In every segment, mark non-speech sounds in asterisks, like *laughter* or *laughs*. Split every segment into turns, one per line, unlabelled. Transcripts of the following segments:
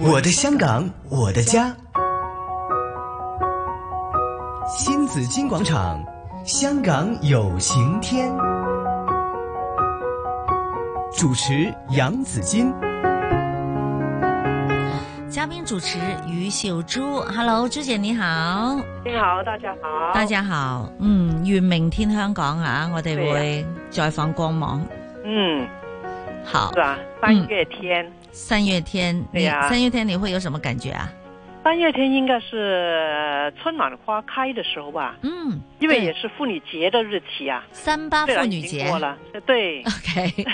我的香港，我的家。新紫金广场，香港有晴天。主持杨紫金。
嘉宾主持于秀珠，Hello，朱姐你好，
你好，大家好，
大，家好，嗯，願明天香港啊，我哋會再放光芒。
嗯，
好
是，啊，
嗯
三月天，
三月天，
对
你
呀
三月天你会有什么感觉啊？
三月天应该是春暖花开的时候吧，
嗯，
因为
对
也是妇女节的日期啊，
三八
虽
妇
然
女
已经
节，
过了，对
，OK， *laughs*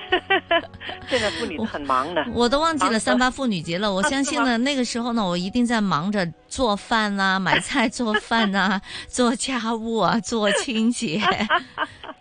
现在妇女很忙的，
我都忘记
*laughs* 忙
了
着
三八妇女节了。我
啊
相
是
信
吗
呢，那个时候呢，我一定在忙着做饭
*laughs*
啊、买菜、做饭啊、做家务啊、做清
*laughs*
洁。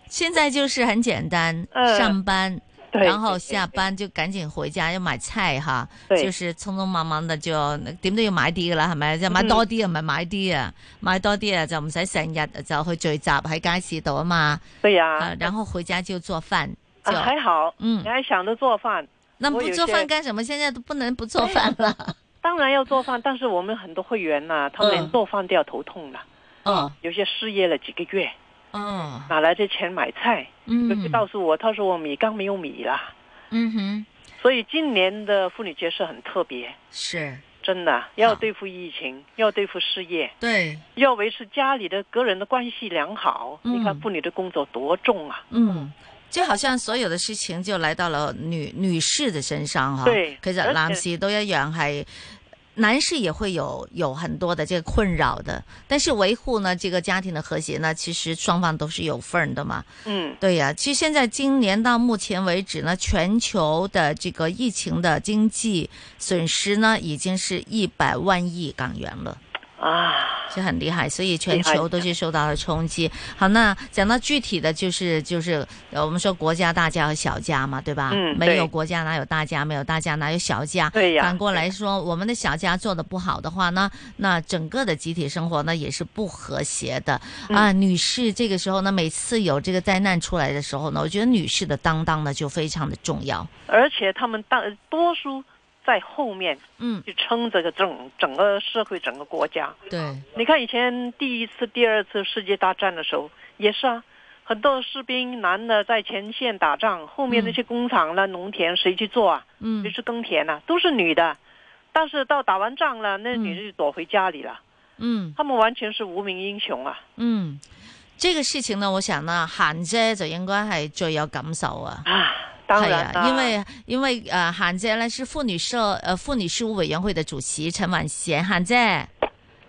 现在就是很简单，
呃
上班，
对，
然后
对
下，班就赶紧回家，要买菜哈，
对
就是匆匆忙忙嘅就點都要買啲噶啦，係咪？就買
嗯
多啲啊，唔係買啲啊，買多啲啊就唔使成日就去聚集喺街市度啊嘛。
对呀，
啊，然后回家就做飯，就
啊还好，
嗯
你，还想着做饭，
那
我
不
有
做
些
飯幹什麼？現在都不能不做飯
*laughs*
了。
当然要做饭，但是我们很多会员呐，他们
嗯
连做饭都要头痛了，
哦
有些失业了几个月，
哦，
哪来的钱买菜？就
嗯
是告诉我，他说我米缸没有米啦。
嗯哼，
所以今年的妇女节是很特别，
是
真的
啊
要对付疫情，要对付事业，
对，
要维持家里的个人的关系良好。
嗯
你看妇女的工作多重啊！
嗯。就好像所有的事情就來到了女女士的身上哈，
對
其
而
實
且
男士都一樣係，男士也會有有很多的這個困擾的，但是維護呢這個家庭的和諧呢，其實雙方都是有份儿的嘛。
嗯，
对呀、其实现在今年到目前为止呢，全球的这个疫情的经济损失呢，已经是一百万亿港元了。
啊，
是很厉害，所以全
厉害
球都是受到了冲击。好，那讲到具体的就是就是呃，我们说国家大家和小家嘛，对吧？
嗯
没有
对
国家哪有大家，没有大家哪有小家。
对呀
反过来说，我们的小家做的不好的话呢，那整个的集体生活呢也是不和谐的、
嗯
啊。女士这个时候呢，每次有这个灾难出来的时候呢，我觉得女士的担当呢就非常的重要。
而且他们大多数在后面
嗯，
去撑这个整整个社会、整个国家。
对，
你看以前第一次、第二次世界大战的时候也是啊，很多士兵男的在前线打仗，后面那些工厂啦、农田谁去做啊？
嗯
谁去耕田呢、都是女的。但是到打完仗了，那女的就躲回家里了。
嗯。
他们完全是无名英雄啊！
嗯，这个事情呢，我想呢，嫻姐就應該係最有感受啊。
啊，当
係
然啦，
啊，因為因為呃，嫻姐呢是婦女社呃婦女事務委員會嘅主席陳雲嫻，嫻姐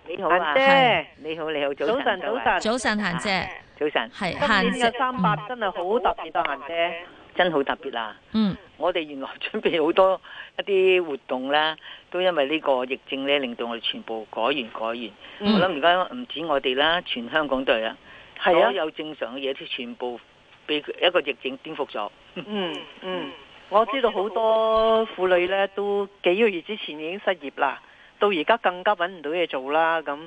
你好啊，
係
你好你好，早
早晨
晨各位
早
早晨，
晨
嫻姐
早晨，
係
今
嫻
年
姐
嘅，三八真係好特別得啊閒啫。
真好特別啊！
嗯
我哋原來準備好多一啲活動啦，都因為呢個疫症咧，令到我哋全部改完改完。
嗯
我諗而家唔止我哋啦，全香港都係啦，
係
所
啊，
有正常嘅嘢都全部俾佢一個疫症顛覆咗。
嗯嗯，我知道好多婦女呢都幾個月之前已經失業啦，到而家更加揾唔到嘢做啦。咁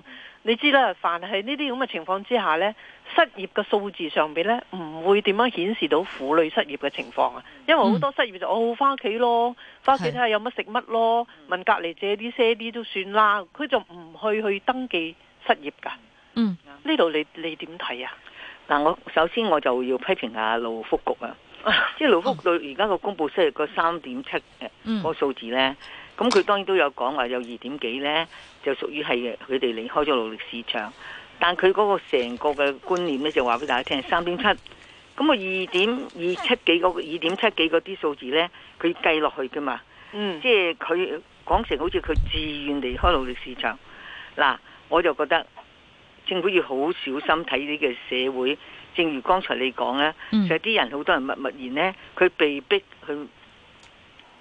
你知啦，凡係呢啲咁嘅情況之下呢，失業嘅數字上邊呢唔會點樣顯示到婦女失業嘅情況啊，因為好多失業就我翻屋企咯，翻屋企
係
睇下有乜食乜咯，問隔離借啲些啲都算啦，佢就唔去去登記失業㗎。
嗯
呢度你你點睇啊？
嗱，我首先我就要批評下勞福局啊，即係勞福局而家個公佈失業個三點七誒。嗰個
嗯
數字呢，咁佢當然都有講話有二點幾呢，就屬於係佢哋離開咗勞力市場。但佢嗰個成個嘅觀念呢，就話俾大家聽三點七，咁啊二點二七幾嗰個二點七幾嗰啲數字呢，佢計落去噶嘛，
嗯
即係佢講成好似佢自願離開勞力市場。嗱，我就覺得政府要好小心睇呢個社會，正如剛才你講呢，
嗯
就係啲人好多人默默然呢，佢被逼去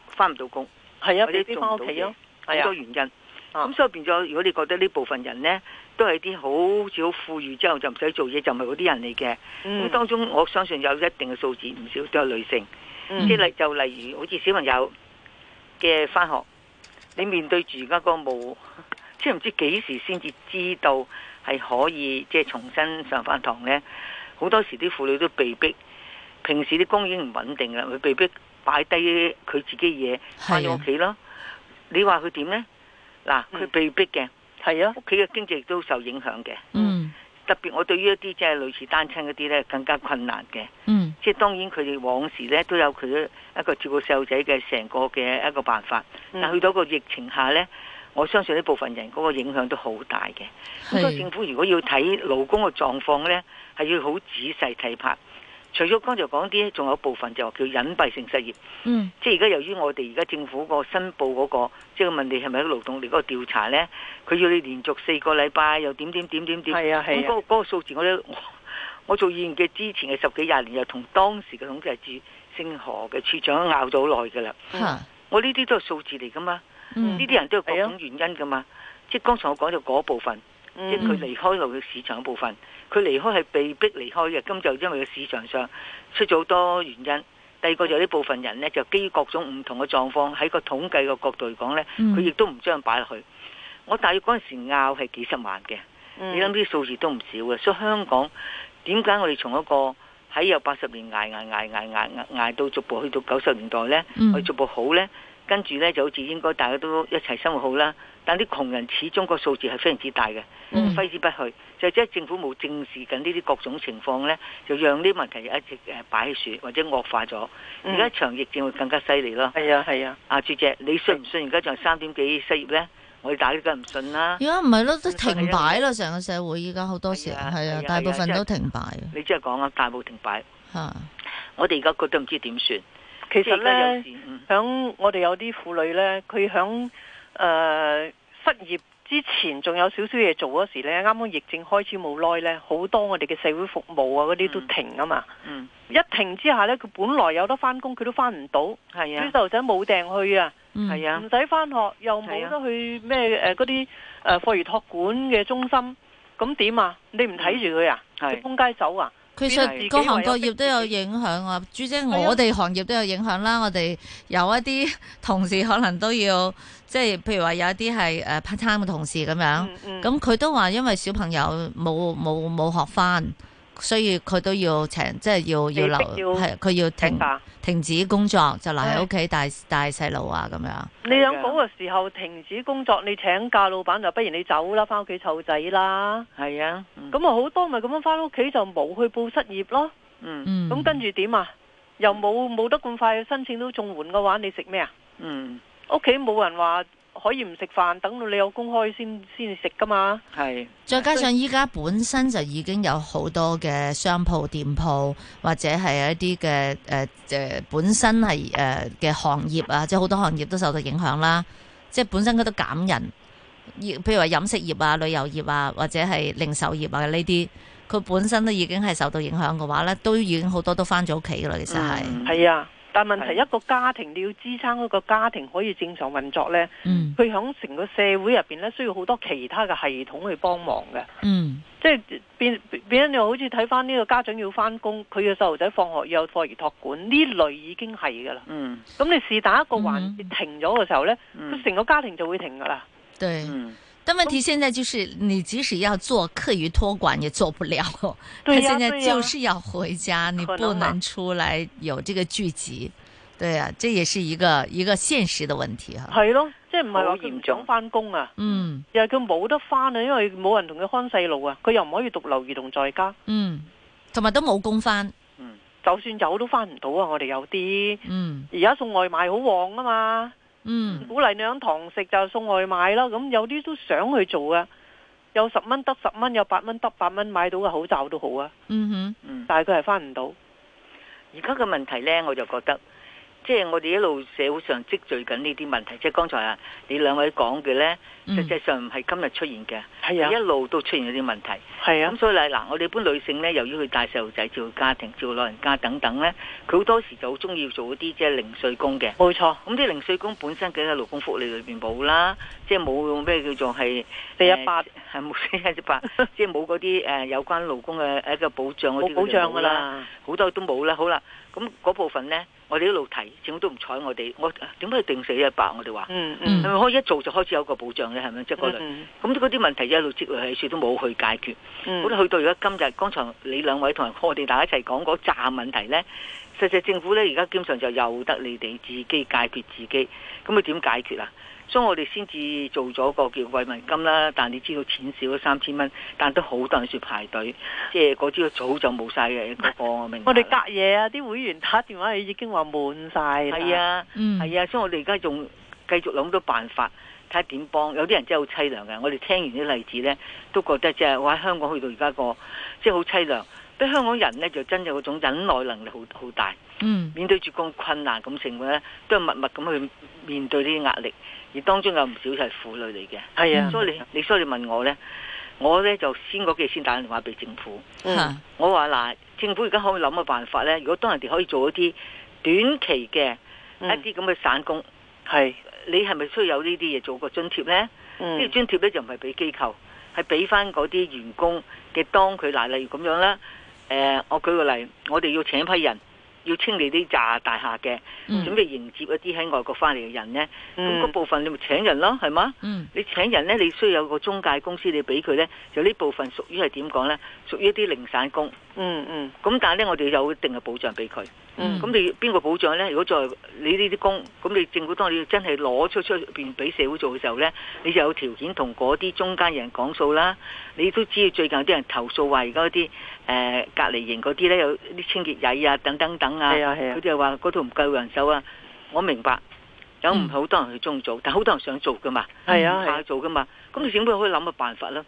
翻唔到工。
係啊，
或
俾
者
啲
做
翻
唔
屋
到
企
嘢
咯，，係
好
啊
多原因。咁、
啊
所以變咗，如果你覺得呢部分人呢，都係啲好似好富裕之後就唔使做嘢，就唔係嗰啲人嚟嘅。咁、
嗯
當中我相信有一定嘅數字，唔少都有女性。
嗯
即係例就例如好似小朋友嘅翻學，你面對住而家個冇， *laughs* 即係唔知幾時先至知道係可以即係重新上翻堂呢。好多時啲婦女都被逼，平時啲工已經唔穩
啊
定啦，佢被逼擺低佢自己嘢，翻咗屋企咯。你話佢點呢？嗱，佢
嗯
被逼嘅，
係啊，
屋企嘅經濟亦都受影響嘅。
嗯
特別我對於一啲即係類似單親嗰啲咧，更加困難嘅。
嗯
即係當然佢哋往時咧都有佢一個照顧細路仔嘅成個嘅一個辦法，
嗯
但去到個疫情下咧，我相信呢部分人嗰個影響都好大嘅。咁所以政
係
府如果要睇勞工嘅狀況咧，係要好仔細睇拍。除咗剛才講啲，仲有部分就叫隱蔽性失業，
嗯
即係而家由於我哋而家政府個申報嗰、個，即係問你係咪喺勞動力嗰個調查咧，佢要你連續四個禮拜又點點點點點。
係啊
咁
係
嗰
啊，
個嗰個數字我都我做議員嘅之前嘅十幾廿年，又同當時嘅統計處姓何嘅處長拗咗好耐㗎啦。
嚇
我呢啲都係數字嚟㗎嘛，
嗯
呢啲人都有各
係啊
種原因㗎嘛。即係剛才我講咗嗰部分，即係
嗯
佢離開勞嘅市場嘅部分，佢離開係被逼離開嘅，咁就因為個市場上出咗好多原因。第二個就係呢部分人呢，就基於各種唔同嘅狀況，喺個統計嘅角度嚟講呢，
嗯
佢亦都唔將擺落去。我大約嗰陣時拗係幾十萬嘅。
嗯
你諗啲數字都唔少嘅，所以香港點解我哋從一個喺由八十年捱捱捱捱捱捱捱到逐步去到九十年代呢，
嗯
我哋逐步好呢，跟住呢就好似應該大家都一齊生活好啦。但啲窮人始終個數字係非常之大嘅，
嗯
揮之不去。就即係政府冇正視緊呢啲各種情況呢，就讓呢啲問題一直誒擺喺樹或者惡化咗。而家一場疫症會更加犀利咯。
嗯係啊係啊，
阿主席，你信唔信而家仲有三點幾失業呢？我哋大家都梗係唔信啦。
如果唔係咯，都停擺啦，成個社會依家好多時
係啊
係
係
啊
啊，
大部分
係啊
都
即係
停擺啊
嗯
你即係講啊，大步停擺。
嚇，
我哋而家覺得唔知點算。
其
其
實
實
咧
咧。，嗯
響我哋有啲婦女呢，佢響誒失業之前仲有少少嘢做嗰時呢，啱啱疫症開始冇耐呢，好多我哋嘅社會服務啊嗰啲都
嗯
停啊嘛，
嗯，
一停之下呢，佢本來有得翻工，佢都翻唔到，
係
啲
啊，
細路仔冇訂去啊，
嗯
係
唔
啊，
使翻學，又
係
冇
啊
得去咩誒嗰啲誒課餘托管嘅中心，咁點啊？你唔睇住佢啊？
嗯係
佢通街走啊？
其
邊
實
係
各行各業都有影響啊，朱姐，我哋行業都有影響啦。我哋有一啲 *laughs* 同事可能都要，即係譬如話有一啲係誒 part time 嘅同事咁
啊
樣，
嗯嗯
咁佢都話因為小朋友冇冇冇學翻，所以佢都要請，即係要
被
要
逼
留，
要
係佢要停
請假。
停止工作，就留喺
唉
屋企帶帶細路啊咁樣。
你喺嗰個時候停止工作，你請假，老闆就不如你走啦，翻屋企湊仔啦。
係啊，嗯
咁啊，好多咪咁樣翻屋企就冇去報失業咯。
嗯
嗯，
咁跟住點啊？又冇冇得咁快申請到綜援嘅話，你食咩啊？
嗯，
屋企冇人話可以唔食飯，等到你有工開先先食噶嘛。
係
再加上依家本身就已經有好多嘅商鋪、店鋪，或者係一啲嘅誒誒本身係誒嘅行業啊，即係好多行業都受到影響啦。即係本身佢都減人，而譬如話飲食業啊、旅遊業啊，或者係零售業啊呢啲，佢本身都已經係受到影響嘅話咧，都已經好多都翻咗屋企噶啦。其實係，
嗯
係啊，但問題
係
一個家庭你要支撐一個家庭可以正常運作呢，
嗯
佢響成個社會入邊呢，需要好多其他嘅系統去幫忙嘅。
嗯
即係變變咗，你好似睇翻呢個家長要翻工，佢嘅細路仔放學要有課餘托管呢類已經係㗎啦。
嗯
咁你是但一個環節停咗嘅時候呢，佢
嗯
成個家庭就會停㗎啦。
對。
嗯，
但問題現在就是，你即使要做課餘托管也做不
*laughs*
了，他
對呀
現在
對呀
就是要回家，你
可
不
能嘛
能出来有這個聚集，对啊，这也是一個一個現實的問題哈。
係咯，即係唔係話
嗯好
佢
嚴
唔
重
想翻工啊？
嗯
又係佢冇得翻啊，因為冇人同佢看細路啊，佢又唔可以獨留兒童在家，
嗯，同埋都冇工返，
就算有都翻唔到啊！我哋有啲
嗯
而家送外賣好旺啊嘛。
嗯
鼓勵你喺堂食就送外賣啦。咁有啲都想去做啊，有十蚊得十蚊，有八蚊得八蚊，買到嘅口罩都好啊。
嗯哼，
嗯，
但係佢係翻唔到，
而家嘅問題咧，我就覺得。即係我哋一路社會上積聚緊呢啲問題，即係剛才啊，你兩位講嘅呢，實
嗯
際上唔係今日出現嘅，
係
一
啊，
路都出現呢啲問題。
係啊
咁，所以咧，嗱，我哋一般女性咧，由於佢帶細路仔、照顧家庭、照顧老人家等等咧，佢好多時就好中意做嗰啲即係零碎工嘅。
冇錯，
咁啲零碎工本身嘅勞工福利裏邊冇啦，即係冇咩叫做係
四一八
誒係冇四一八，即係冇嗰啲誒有關勞工嘅一個保障嗰啲
冇保障
㗎
㗎，啦，
好多都冇啦。好啦，咁嗰部分咧，我哋一路提，政府都唔睬我哋，我啊點解要定四一八？我哋話
嗯
嗯
嗯
係咪可以一做就開始有個保障咧？係咪即係嗰類？
嗯
咁嗰啲問題一路積累喺處都冇去解決。
嗯
好啦，去到而家今日，剛才你兩位同埋我哋大家一齊講嗰扎問題呢，實際政府呢而家基本上就由得你哋自己解決自己，咁佢點解決啊？所以我哋先至做咗個叫慰問金啦。但你知道錢少咗三千蚊，但都好多人說排隊，即係嗰朝早就冇晒嘅嗰個名額啦。
我哋隔夜啊，啲會員打電話去已經話滿晒啦。
係啊。
嗯，
係啊，所以我哋而家仲繼續諗到辦法，睇下點幫。有啲人真係好凄涼嘅，我哋聽完啲例子呢，都覺得即係哇，香港去到而家個即係好凄涼。不過香港人呢，就真係嗰種忍耐能力好好大，
嗯
面對住咁困難咁情況呢，都係默默咁去面對呢啲壓力，而當中有唔少就係婦女嚟嘅。
係
嗯
啊，
所以你你所以你問我呢，我呢就先嗰幾日先打電話俾政府。
嗯
吓，
我話嗱，政府而家可唔可以諗個辦法呢？如果當人哋可以做一啲短期嘅
嗯
一啲咁嘅散工，
係，
你係咪需要有呢啲嘢做個津貼呢？呢、個
嗯
津貼呢，就唔係俾機構，係俾翻嗰啲員工嘅當佢嗱，例如咁樣啦。誒、我舉個例，我哋要請一批人，要清理啲炸大廈嘅，
嗯
準備迎接一啲喺外國翻嚟嘅人呢。咁嗰、
嗯
部分你咪請人咯，係嘛？
嗯
你請人呢，你需要有個中介公司，你俾佢呢，就呢部分屬於係點講呢？屬於一啲零散工。
嗯嗯
咁但係呢，我哋有一定嘅保障俾佢。
嗯
咁你邊個保障呢？如果作為你呢啲工，咁你政府當你要真係攞出出邊俾社會做嘅時候呢，你就有條件同嗰啲中間人講數啦。你都知道最近有啲人投訴話，而家啲誒隔離營嗰啲呢，有啲清潔曳啊，等等等啊，
係啊係啊
佢哋話嗰度唔夠人手啊。我明白，有唔係好多人去中意做，但好多人想做噶嘛。
嗯係
唔
啊係
怕
啊，
做噶嘛。咁你政府可以諗個辦法啦。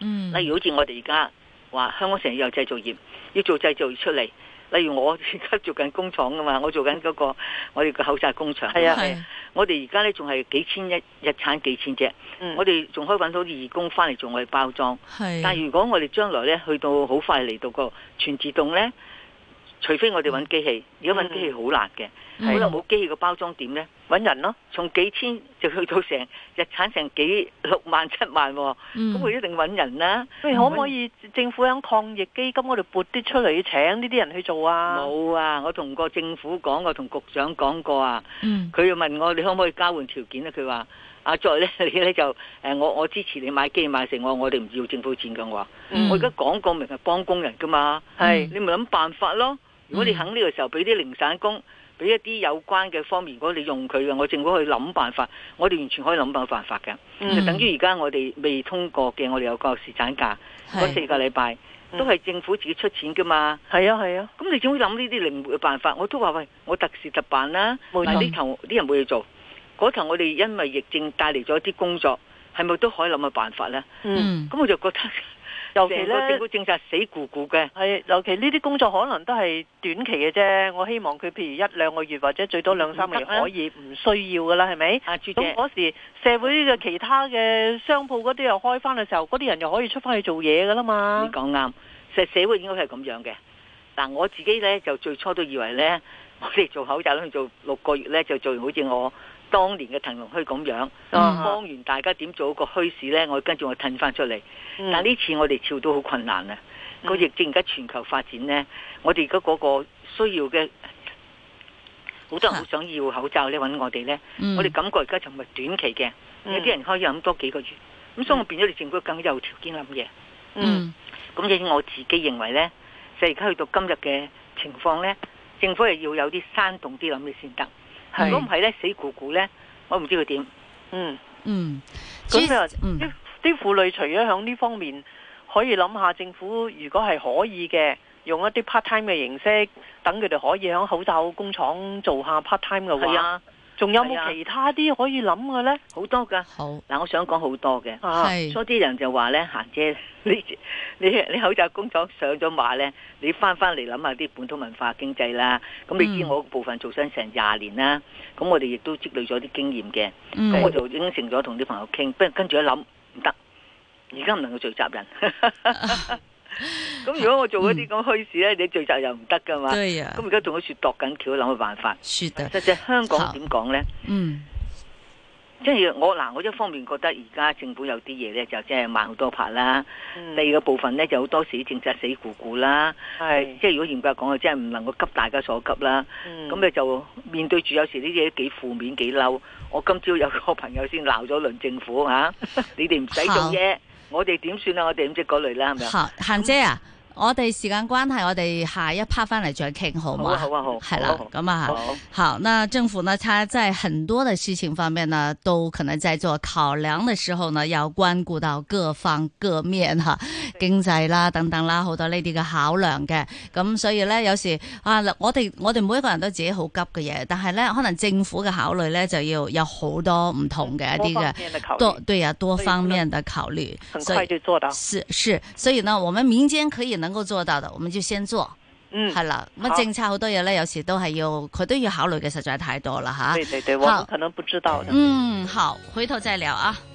嗯，
例如好似我哋而家話香港成日有製造業，要做製造業出嚟。例如我而家做緊工廠噶嘛， *laughs* 我做緊嗰個我哋個口罩工場。
係啊
係
我哋而家呢仲係幾千一日產幾千隻，
嗯
我哋仲可以揾到啲義工翻嚟做我哋包裝。
係，
但係如果我哋將來呢去到好快嚟到個全自動呢，除非
嗯
我哋揾機器，而家揾機器好難嘅。
嗯
好啦，冇機器個包裝點呢？
揾人咯，
從幾千就去到成日產成幾六萬七萬喎、
嗯
咁佢一定揾人啦。
喂，可唔可以政府喺抗疫基金嗰度撥啲出嚟請呢啲人去做啊？
冇啊！我同個政府講過，同局長講過啊。
嗯
佢又問我你可唔可以交換條件咧？啊佢話：阿再咧， *laughs* 你咧就誒，我我支持你買機買成，我話我哋唔要政府錢㗎。我話
嗯
我而家講過明係幫工人㗎嘛，
係
你咪諗辦法咯。如果你
嗯
肯呢個時候俾啲零散工，俾一啲有關嘅方面，如果你用佢嘅，我政府去諗辦法，我哋完全可以諗到辦法嘅。
嗯
就等於而家我哋未通過嘅，我哋有個侍產假嗰
係
四個禮拜，
嗯
都係政府自己出錢㗎嘛。
係啊係啊，
咁你點會諗呢啲靈活嘅辦法？我都話喂，我特事特辦啦。
冇
嗱
錯
呢頭啲人冇嘢做，嗰頭我哋因為疫症帶嚟咗一啲工作，係咪都可以諗嘅辦法呢？
嗯
嗯，
咁我就覺得
尤其
成個
咧
政。府政策死咕咕嘅。
係，尤其呢啲工作可能都係短期嘅啫。我希望佢譬如一兩個月或者最多兩三個月
唔得啊
可以唔需要噶啦，係咪？
阿朱
咁
姐，
嗰時社會嘅其他嘅商鋪嗰啲又開翻嘅時候，嗰啲人又可以出翻去做嘢噶啦
你
嘛。
講啱，實社會應該係咁樣嘅。嗱，我自己呢，就最初都以為呢， *laughs* 我哋做口罩咧做六個月呢，就做完好似我當年嘅騰龍墟咁樣，
嗯
幫完大家點做一個墟市呢，我跟住我褪翻出嚟。
嗯
但呢次我哋跳到好困難啊！
嗯
個疫症而家全球發展呢，我哋而家嗰個需要嘅好多人好想要口罩咧，揾我哋呢，
嗯
我哋感覺而家就唔係短期嘅，有
嗯
啲人可以諗多幾個月，咁所以我變咗你政府更有條件諗嘢。
嗯
咁所以我自己認為呢，就而家去到今日嘅情況呢，政府係要有啲生動啲諗你先得。
係
如果唔係呢，死咕咕呢，我唔知佢點。
嗯，
嗯，
咁
其
佢話
實嗯
啲啲婦女除咗響呢方面，可以諗下政府如果係可以嘅，用一啲 part time 嘅形式，等佢哋可以響口罩工廠做下 part time 嘅
係
話，
啊，
仲有
係啊
冇其他啲可以諗嘅呢？
好多㗎。
好
嗱，我想講好多嘅。
啊，
係
所以啲人就話咧，嫻姐， *laughs* 你你你口罩工廠上咗馬咧，你翻翻嚟諗下啲本土文化經濟啦。咁你知
嗯
我部分做咗成廿年啦，咁我哋亦都積累咗啲經驗嘅。
嗯
咁我就應承咗同啲朋友傾，不過跟住一諗唔得，而家唔能夠聚集人。 *laughs* 咁如果我做嗰啲咁虛事咧，你聚集又唔得噶嘛。
嗯對呀
咁，而家同佢説度緊橋，諗個辦法。
是的，
實際香
好
港點講咧？
嗯
即係我嗱，我一方面覺得而家政府有啲嘢咧，就即係慢好多拍啦。
嗯
第二個部分咧，就好多時政策死咕咕啦。
係嗯
即係如果嚴格講，真係唔能夠急大家所急啦。咁
咁
你就面對住有時呢啲嘢幾負面幾嬲。我今朝有個朋友先鬧咗輪
*laughs*
政府嚇、你哋唔使做嘢，我哋點算啊？我哋點知嗰類啦，係咪啊？
好，嫻姐啊，我哋時間關係，我哋下一 part 翻嚟再傾好
好啊
嘛？
好啊好，
係
好
啦
好，
咁啊。
好
好，那政府呢，它在很多的事情方面呢，都可能在做考量的時候呢，要關顧到各方各面哈，經濟啦等等啦，好多呢啲嘅考量嘅。咁所以呢，有時啊，我哋我哋每一個人都自己好急嘅嘢，但係呢，可能政府嘅考慮呢，就要有好多唔同嘅一啲嘅。
面的考
多
虑，
對呀、多
所以
方
不能
面的考慮，
很
所
快
以
就做到。
是是，所以呢，我們民間可以能夠做到的，我們就先做。
嗯，
係啦，咁啊
好
政策好多嘢咧，有時都係要佢都要考慮嘅，實在太多啦吓。
对对对，我们
好嗯
可能不知道的。
嗯，好，回頭再聊啊。